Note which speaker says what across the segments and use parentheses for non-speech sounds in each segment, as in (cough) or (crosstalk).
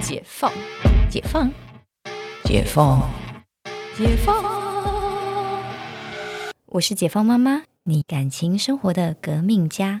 Speaker 1: 解放，解放，解放，解放。
Speaker 2: 我是解放妈妈，你感情生活的革命家。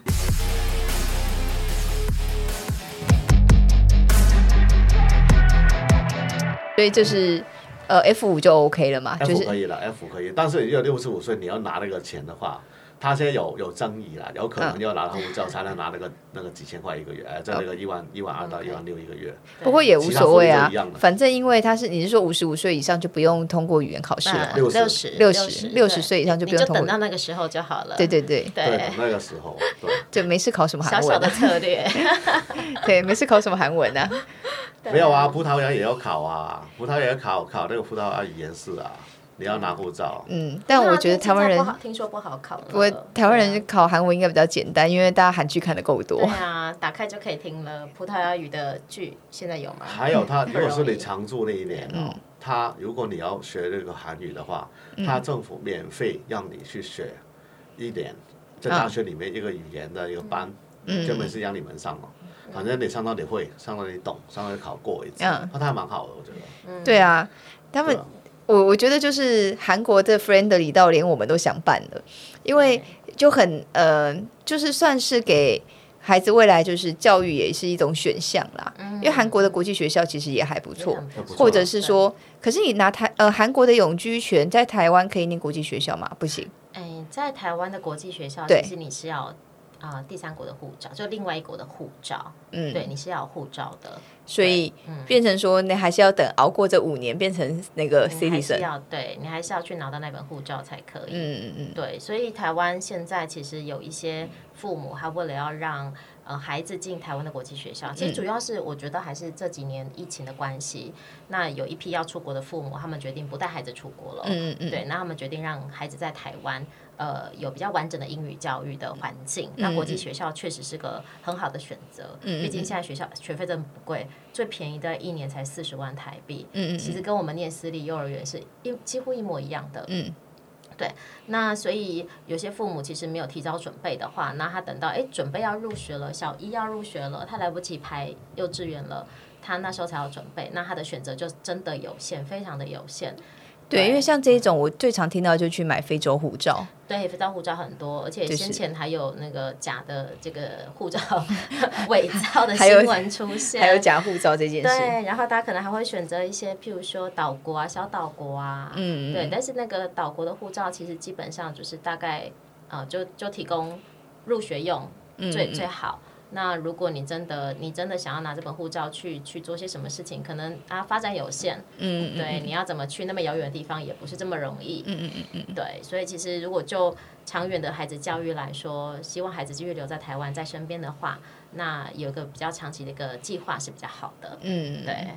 Speaker 1: 所以就是呃 F 五就 OK 了嘛，就
Speaker 3: F 可
Speaker 1: 是
Speaker 3: 以了，F 可以，但是要六十五岁你要拿那个钱的话，他现在有有争议了，有可能
Speaker 1: 嗯
Speaker 3: 要拿到护照才能拿那个那个几千块一个月，哎，在那个一万一万二
Speaker 1: 嗯
Speaker 3: 到一万六一个月，
Speaker 1: 不过也无所谓啊
Speaker 3: 其他福利都一样，的
Speaker 1: 反正因为他是你是说五十五岁以上就不用通过语言考试了
Speaker 3: 对，60
Speaker 4: 啊
Speaker 3: 啊
Speaker 4: 六十
Speaker 1: 60 60
Speaker 4: 对
Speaker 1: 岁以上就
Speaker 4: 你
Speaker 1: 不用
Speaker 4: 就
Speaker 1: 通过
Speaker 4: 等到那个时候就好了。
Speaker 1: 对对对，
Speaker 3: 对，
Speaker 4: 对
Speaker 3: 等，那个时候，
Speaker 1: (laughs)
Speaker 3: 对，
Speaker 1: 就没事考什么
Speaker 4: 小
Speaker 1: 韩
Speaker 4: 小
Speaker 1: 文
Speaker 4: 的
Speaker 1: 啊，
Speaker 4: 策略。
Speaker 1: (laughs) 对，没事考什么韩文啊，
Speaker 3: 没有啊，葡萄牙也要考啊，葡萄牙也考考那个葡萄牙语言试啊，你要拿护照，
Speaker 1: 嗯，但我觉得台湾人
Speaker 4: 那现在不。好听说不好考了。
Speaker 1: 我台湾人考韩文应该比较简单，因为大家韩剧看的够
Speaker 4: 对
Speaker 1: 多。
Speaker 4: 啊，打开就可以听了。葡萄牙语的剧现在有吗？
Speaker 3: 还有他，
Speaker 4: 嗯
Speaker 3: 如果说你常住那一年哦，他如果你要学那个韩语的话，他政府免费让你去学一年，在大学里面一个语言的一个班，专门是让你们上哦。反正你上到你会，上到你懂，上到你考过为止，
Speaker 1: 嗯
Speaker 3: 那他还蛮好的，我觉得。
Speaker 1: 对啊，他
Speaker 3: 对
Speaker 1: 们
Speaker 3: 吧
Speaker 1: 我我觉得就是韩国的 friendly 到连我们都想办了，因为就很呃，就是算是给孩子未来就是教育也是一种选项啦。
Speaker 4: 嗯
Speaker 1: 因为韩国的国际学校其实也还不错，
Speaker 3: 也
Speaker 4: 啊
Speaker 3: 不错
Speaker 1: 或者是说，可是你拿台呃韩国的永居权在台湾可以念国际学校吗？不行，
Speaker 4: 哎，在台湾的国际学校，
Speaker 1: 对
Speaker 4: 其实你是要啊、呃第三国的护照，就另外一国的护照，
Speaker 1: 嗯，
Speaker 4: 对，，你是要有护照的，
Speaker 1: 所以
Speaker 4: 对嗯
Speaker 1: 变成说你还是要等熬过这五年，变成那个
Speaker 4: 你还是
Speaker 1: citizen，
Speaker 4: 要对你还是要去拿到那本护照才可
Speaker 1: 嗯
Speaker 4: 以。
Speaker 1: 嗯嗯，
Speaker 4: 对，所以台湾现在其实有一些父母，他为了要让呃孩子进台湾的国际学校，其实主要是我觉得还是这几年疫情的关系，那有一批要出国的父母，他们决定不带孩子出国了，
Speaker 1: 嗯嗯嗯
Speaker 4: 对，那他们决定让孩子在台湾。呃，有比较完整的英语教育的环境，那国际学校确实是个很好的选择。
Speaker 1: 嗯嗯嗯
Speaker 4: 毕竟现在学校学费真的不贵，最便宜的一年才四十万台币。
Speaker 1: 嗯嗯
Speaker 4: 其实跟我们念私立幼儿园是一几乎一模一样的。
Speaker 1: 嗯，
Speaker 4: 对。那所以有些父母其实没有提早准备的话，那他等到哎准备要入学了，小一要入学了，他来不及排幼稚园了。他那时候才要准备，那他的选择就真的有限，非常的有限。
Speaker 1: 对，因为像这一种我最常听到就去买非洲护照，
Speaker 4: 对，非洲护照很多，而且
Speaker 1: 就是
Speaker 4: 先前还有那个假的这个护照 (laughs) 伪
Speaker 1: (laughs)
Speaker 4: 造的
Speaker 1: 还有
Speaker 4: 新闻出现，
Speaker 1: 还有假护照这件事，
Speaker 4: 对，然后大家可能还会选择一些，譬如说岛国啊、小岛国啊，
Speaker 1: 嗯嗯
Speaker 4: 对
Speaker 1: 嗯。
Speaker 4: 但是那个岛国的护照其实基本上就是大概，呃，就就提供入学用
Speaker 1: 嗯
Speaker 4: 最、最好。那如果你真的你真的想要拿这本护照去去做些什么事情，可能啊发展有限，
Speaker 1: 嗯，
Speaker 4: 对，你要怎么去那么遥远的地方也不是这么容易，嗯
Speaker 1: 嗯
Speaker 4: 嗯嗯，对，所以其实如果就长远的孩子教育来说，希望孩子继续留在台湾在身边的话，那有一个比较长期的一个计划是比较好的，
Speaker 1: 嗯，
Speaker 4: 对。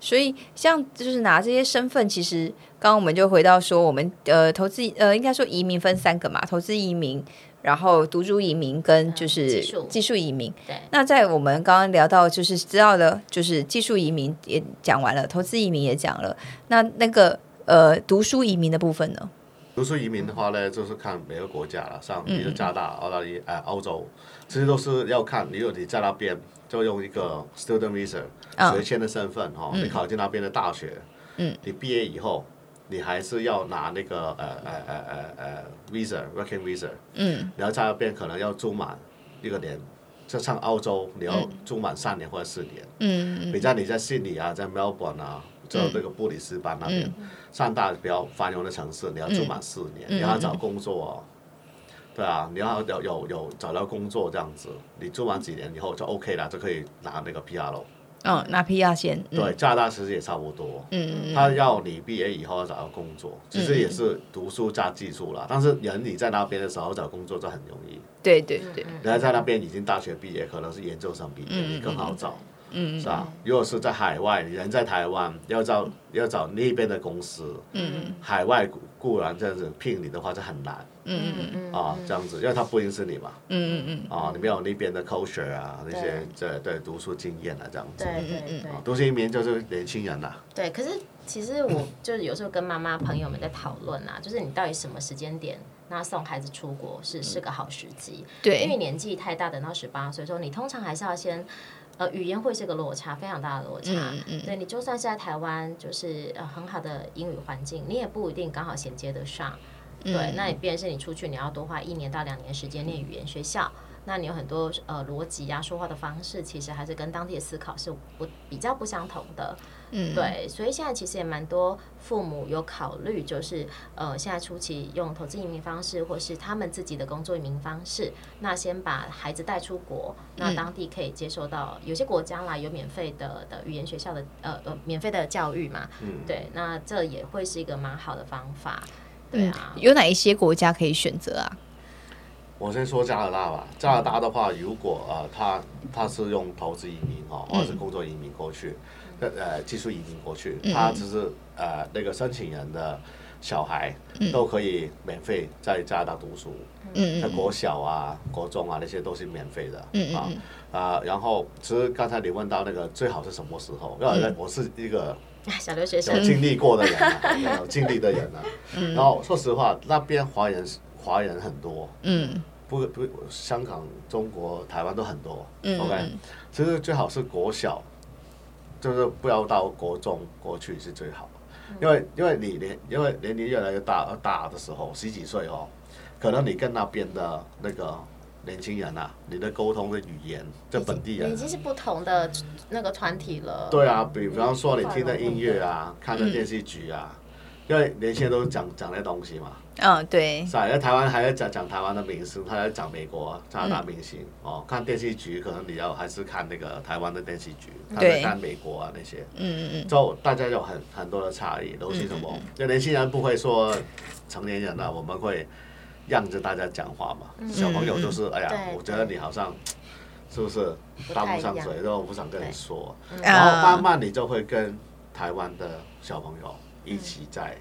Speaker 1: 所以像就是拿这些身份，其实刚刚我们就回到说，我们呃投资呃应该说移民分三个嘛，投资移民，然后读书移民跟就是
Speaker 4: 嗯技术
Speaker 1: 技术移民。
Speaker 4: 对
Speaker 1: 那在我们刚刚聊到就是知道的，就是技术移民也讲完了，投资移民也讲了，那那个呃读书移民的部分呢？
Speaker 3: 读书移民的话呢，就是看每个国家了，
Speaker 1: 嗯
Speaker 3: 像比如加拿大、澳大利亚、呃欧洲，这些都是要看。如果你在那边，就用一个 student visa
Speaker 1: 嗯
Speaker 3: 学签的身份哈、哦，你考进那边的大学，嗯，你毕业以后，你还是要拿那个呃呃呃呃呃 visa working visa，
Speaker 1: 嗯，
Speaker 3: 然后在那边可能要住满一个年，就像澳洲，你要住满三年或者四年。
Speaker 1: 嗯
Speaker 3: 比在你在悉尼啊，在 Melbourne 啊，就那个布里斯班那
Speaker 1: 嗯
Speaker 3: 边，上大比较繁荣的城市，你要住满四
Speaker 1: 嗯
Speaker 3: 年，你要找工作哦。对啊，你要有有有找到工作这样子，你住满几年以后就 OK 了，就可以拿那个 PR 了。
Speaker 1: 嗯，拿 PR 先，嗯
Speaker 3: 对，加拿大其实也差不多，
Speaker 1: 嗯
Speaker 3: 他要你毕业以后要找到工作，其实也是读书加技术啦。但是人你在那边的时候找工作就很容易，
Speaker 1: 对对嗯
Speaker 4: 嗯
Speaker 1: 对，
Speaker 4: 啊
Speaker 3: 人家在那边已经大学毕业，可能是研究生毕业，你更好找，嗯，是吧？如果是在海外，人在台湾要找要找那边的公司，嗯，海外固固然这样子聘你的话就很难
Speaker 1: 嗯嗯
Speaker 4: 嗯
Speaker 3: 啊，这样子，因为他不认识你嘛，
Speaker 1: 嗯嗯嗯，
Speaker 3: 啊，你没有那边的 culture 啊，那些对对读书经验啊，这样子，
Speaker 1: 嗯
Speaker 4: 对对对
Speaker 1: 哦
Speaker 3: 啊，都是移民就是年轻人啦，
Speaker 4: 对，可是其实我就是有时候跟妈妈朋友们在讨论
Speaker 1: 嗯
Speaker 4: 啊，就是你到底什么时间点，那送孩子出国是是个好时机？因为
Speaker 1: 对，
Speaker 4: 年纪太大，等到十八岁的时候，你通常还是要先呃，语言会是个落差，非常大的落差。
Speaker 1: 嗯嗯
Speaker 4: 对你就算是在台湾，就是呃很好的英语环境，你也不一定刚好衔接得上。
Speaker 1: 嗯
Speaker 4: 对，那你变成是你出去，你要多花一年到两年时间念语言学校。那你有很多呃逻辑啊，说话的方式，其实还是跟当地的思考是不比较不相同的。
Speaker 1: 嗯，
Speaker 4: 对，所以现在其实也蛮多父母有考虑，就是呃，现在初期用投资移民方式，或是他们自己的工作移民方式，那先把孩子带出国，那当地可以接受到有些国家啦有免费的的语言学校的呃呃免费的教育嘛，
Speaker 3: 嗯，
Speaker 4: 对，那这也会是一个蛮好的方法，
Speaker 1: 嗯
Speaker 4: 对啊，
Speaker 1: 有哪一些国家可以选择啊？
Speaker 3: 我先说加拿大吧。加拿大的话，如果呃，他他是用投资移民哦，
Speaker 1: 嗯
Speaker 3: 或者是工作移民过去，呃呃，技术移民过去，
Speaker 1: 嗯
Speaker 3: 他只是呃那个申请人的小孩都可以免费在加拿大读书，
Speaker 1: 嗯
Speaker 3: 在
Speaker 1: 嗯
Speaker 3: 国小啊、国中啊那些都是免费的
Speaker 1: 嗯嗯
Speaker 3: 啊
Speaker 1: 嗯
Speaker 3: 啊。然后其实刚才你问到那个最好是什么时候，因为我是一个
Speaker 4: 哎小留学生嗯
Speaker 3: 有经历过的人、啊，
Speaker 4: (laughs)
Speaker 3: 有经历的人啊。然后说实话，那边华人华人很多。
Speaker 1: 嗯
Speaker 3: 不不，香港、中国、台湾都很多。
Speaker 1: 嗯
Speaker 3: OK，其实最好是国小，就是不要到国中、国去是最好，
Speaker 4: 嗯
Speaker 3: 因为因为你年因为年龄越来越大大的时候，十几岁哦，可能你跟那边的那个年轻人啊，你的沟通的语言，就本地人
Speaker 4: 已
Speaker 3: 啊、
Speaker 4: 经是不同的那个团体了，
Speaker 3: 对啊，比方说你听的音乐啊，看的电视剧啊，因为年轻人都讲讲那东西嘛。
Speaker 1: 嗯，对，
Speaker 3: 是啊，在台湾还在讲讲台湾的明星，他在讲美国啊加拿大明星、
Speaker 4: 嗯
Speaker 3: 哦。看电视剧可能你要还是看那个台湾的电视剧，他在
Speaker 1: 对
Speaker 3: 看美国啊那些，
Speaker 1: 嗯嗯
Speaker 3: 就大家有很很多的差异，尤其什
Speaker 4: 嗯
Speaker 3: 么，就年轻人不会说成年人了、啊我们会让着大家讲话嘛。
Speaker 4: 嗯
Speaker 3: 小朋友就是哎呀
Speaker 4: 对，
Speaker 3: 我觉得你好像是不是
Speaker 4: 不
Speaker 3: 搭
Speaker 4: 太
Speaker 3: 不
Speaker 4: 一
Speaker 3: 上
Speaker 4: 样
Speaker 3: 嘴，然后我不想跟你说，
Speaker 1: 嗯，
Speaker 3: 然
Speaker 4: 呃
Speaker 3: 后慢
Speaker 1: 啊，
Speaker 3: 慢你就会跟台湾的小朋友一起在。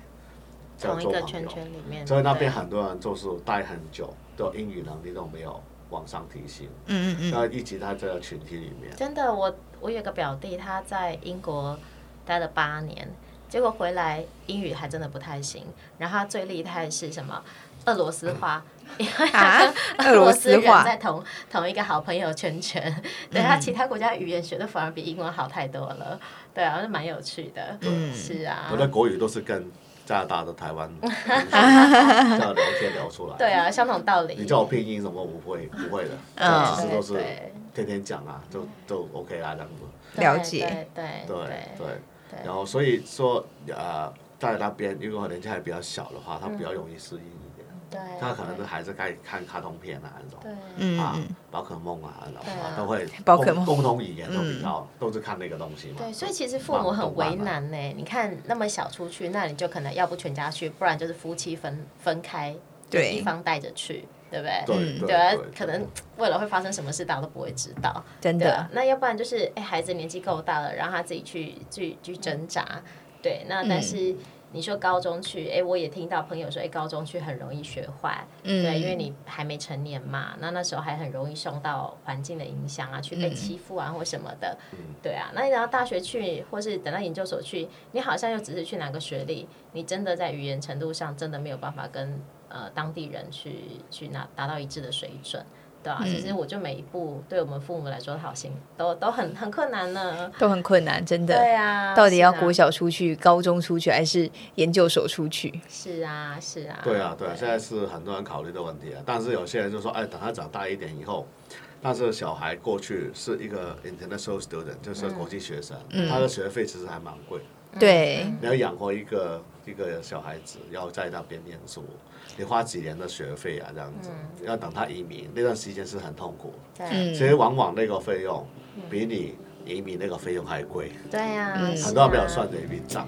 Speaker 3: 在
Speaker 4: 同一
Speaker 3: 做
Speaker 4: 个
Speaker 3: 朋
Speaker 4: 圈
Speaker 3: 友
Speaker 4: 圈里面，
Speaker 3: 所以那边
Speaker 4: 对
Speaker 3: 很多人就是待很久，都英语能力都没有往上提升，
Speaker 1: 嗯嗯
Speaker 4: (laughs)
Speaker 1: 嗯，
Speaker 3: 那一直在这个群体里面。
Speaker 4: 真的，我我有个表弟，他在英国待了八年，结果回来英语还真的不太行。然后他最厉害是什么？俄罗斯话，因为他
Speaker 1: 啊
Speaker 4: 跟，
Speaker 1: (laughs) 俄罗斯
Speaker 4: 人
Speaker 1: 话，
Speaker 4: 在同同一个好朋友圈圈，对他其他国家语言学的反而比英文好太多了。对啊，是蛮有趣的。
Speaker 1: 嗯
Speaker 4: 是啊
Speaker 3: 我。的国语都是跟加拿大的台湾同学这样聊天聊出来。
Speaker 4: (laughs) 对啊，相同道理。
Speaker 3: 你叫我拼音什么，我不会，不会的，
Speaker 1: 嗯
Speaker 3: 就只是都是
Speaker 4: 对
Speaker 3: 天天讲啊，就就 OK 啊啦，这样子。
Speaker 4: 对
Speaker 1: 了解，
Speaker 4: 对
Speaker 3: 对
Speaker 4: 哎对
Speaker 3: 对，
Speaker 4: 对
Speaker 3: 然后所以说呃，在那边如果年纪还比较小的话，他比较容易适应一点，
Speaker 4: 嗯对，
Speaker 3: 他可能还是该看卡通片啊那种。
Speaker 4: 对
Speaker 1: 嗯
Speaker 3: 啊
Speaker 1: 嗯，
Speaker 3: 宝可梦啊，然后
Speaker 4: 对
Speaker 3: 啊
Speaker 4: 啊
Speaker 3: 都会
Speaker 1: 宝
Speaker 3: 共
Speaker 1: 可梦嗯
Speaker 3: 共同语言都比较都是看那个东西嘛。
Speaker 4: 对，所以其实父母很为难呢。你看那么小出去，那你就可能要不全家去，不然就是夫妻分分开，
Speaker 1: 对
Speaker 4: 一方带着去，对不对？
Speaker 1: 嗯
Speaker 3: 对
Speaker 4: 对啊
Speaker 3: 对，，
Speaker 4: 可能未来会发生什么事，大家都不会知道。
Speaker 1: 真
Speaker 4: 对
Speaker 1: 的
Speaker 4: 啊，，那要不然就是，哎，孩子年纪够大了，让他自己去去去挣扎。对，那
Speaker 1: 嗯
Speaker 4: 但是你说高中去，哎，我也听到朋友说，哎，高中去很容易学坏，
Speaker 1: 嗯
Speaker 4: 对，因为你还没成年嘛，那那时候还很容易受到环境的影响啊，去
Speaker 1: 嗯
Speaker 4: 被欺负啊或什么的。对啊，那你等到大学去，或是等到研究所去，你好像又只是去拿个学历，你真的在语言程度上真的没有办法跟呃当地人去去拿达到一致的水准。对啊，
Speaker 1: 嗯
Speaker 4: 其实我就每一步对我们父母来说好辛，都都很很困难呢。
Speaker 1: 都很困难，真的。
Speaker 4: 对啊，
Speaker 1: 到底要国
Speaker 4: 小？
Speaker 1: 小出去、高中出去，还是研究所出去？
Speaker 4: 是啊，是啊。
Speaker 3: 对啊，对啊，现在是很多人考虑的问题啊。但是有些人就说，哎，等他长大一点以后，但是小孩过去是一个 international student，就是
Speaker 1: 嗯
Speaker 3: 国际学生，他的学费其实还蛮贵的。
Speaker 4: 嗯
Speaker 1: 对，
Speaker 3: 你要养活一个一个小孩子，要在那边念书，你花几年的学费啊，这样子，
Speaker 4: 嗯
Speaker 3: 要等他移民那段时间是很痛苦。
Speaker 1: 嗯
Speaker 4: 对
Speaker 3: 其实往往那个费用比你移民那个费用还贵，
Speaker 4: 对啊，
Speaker 1: 嗯
Speaker 4: 嗯是啊
Speaker 3: 很多人没有算这一笔账。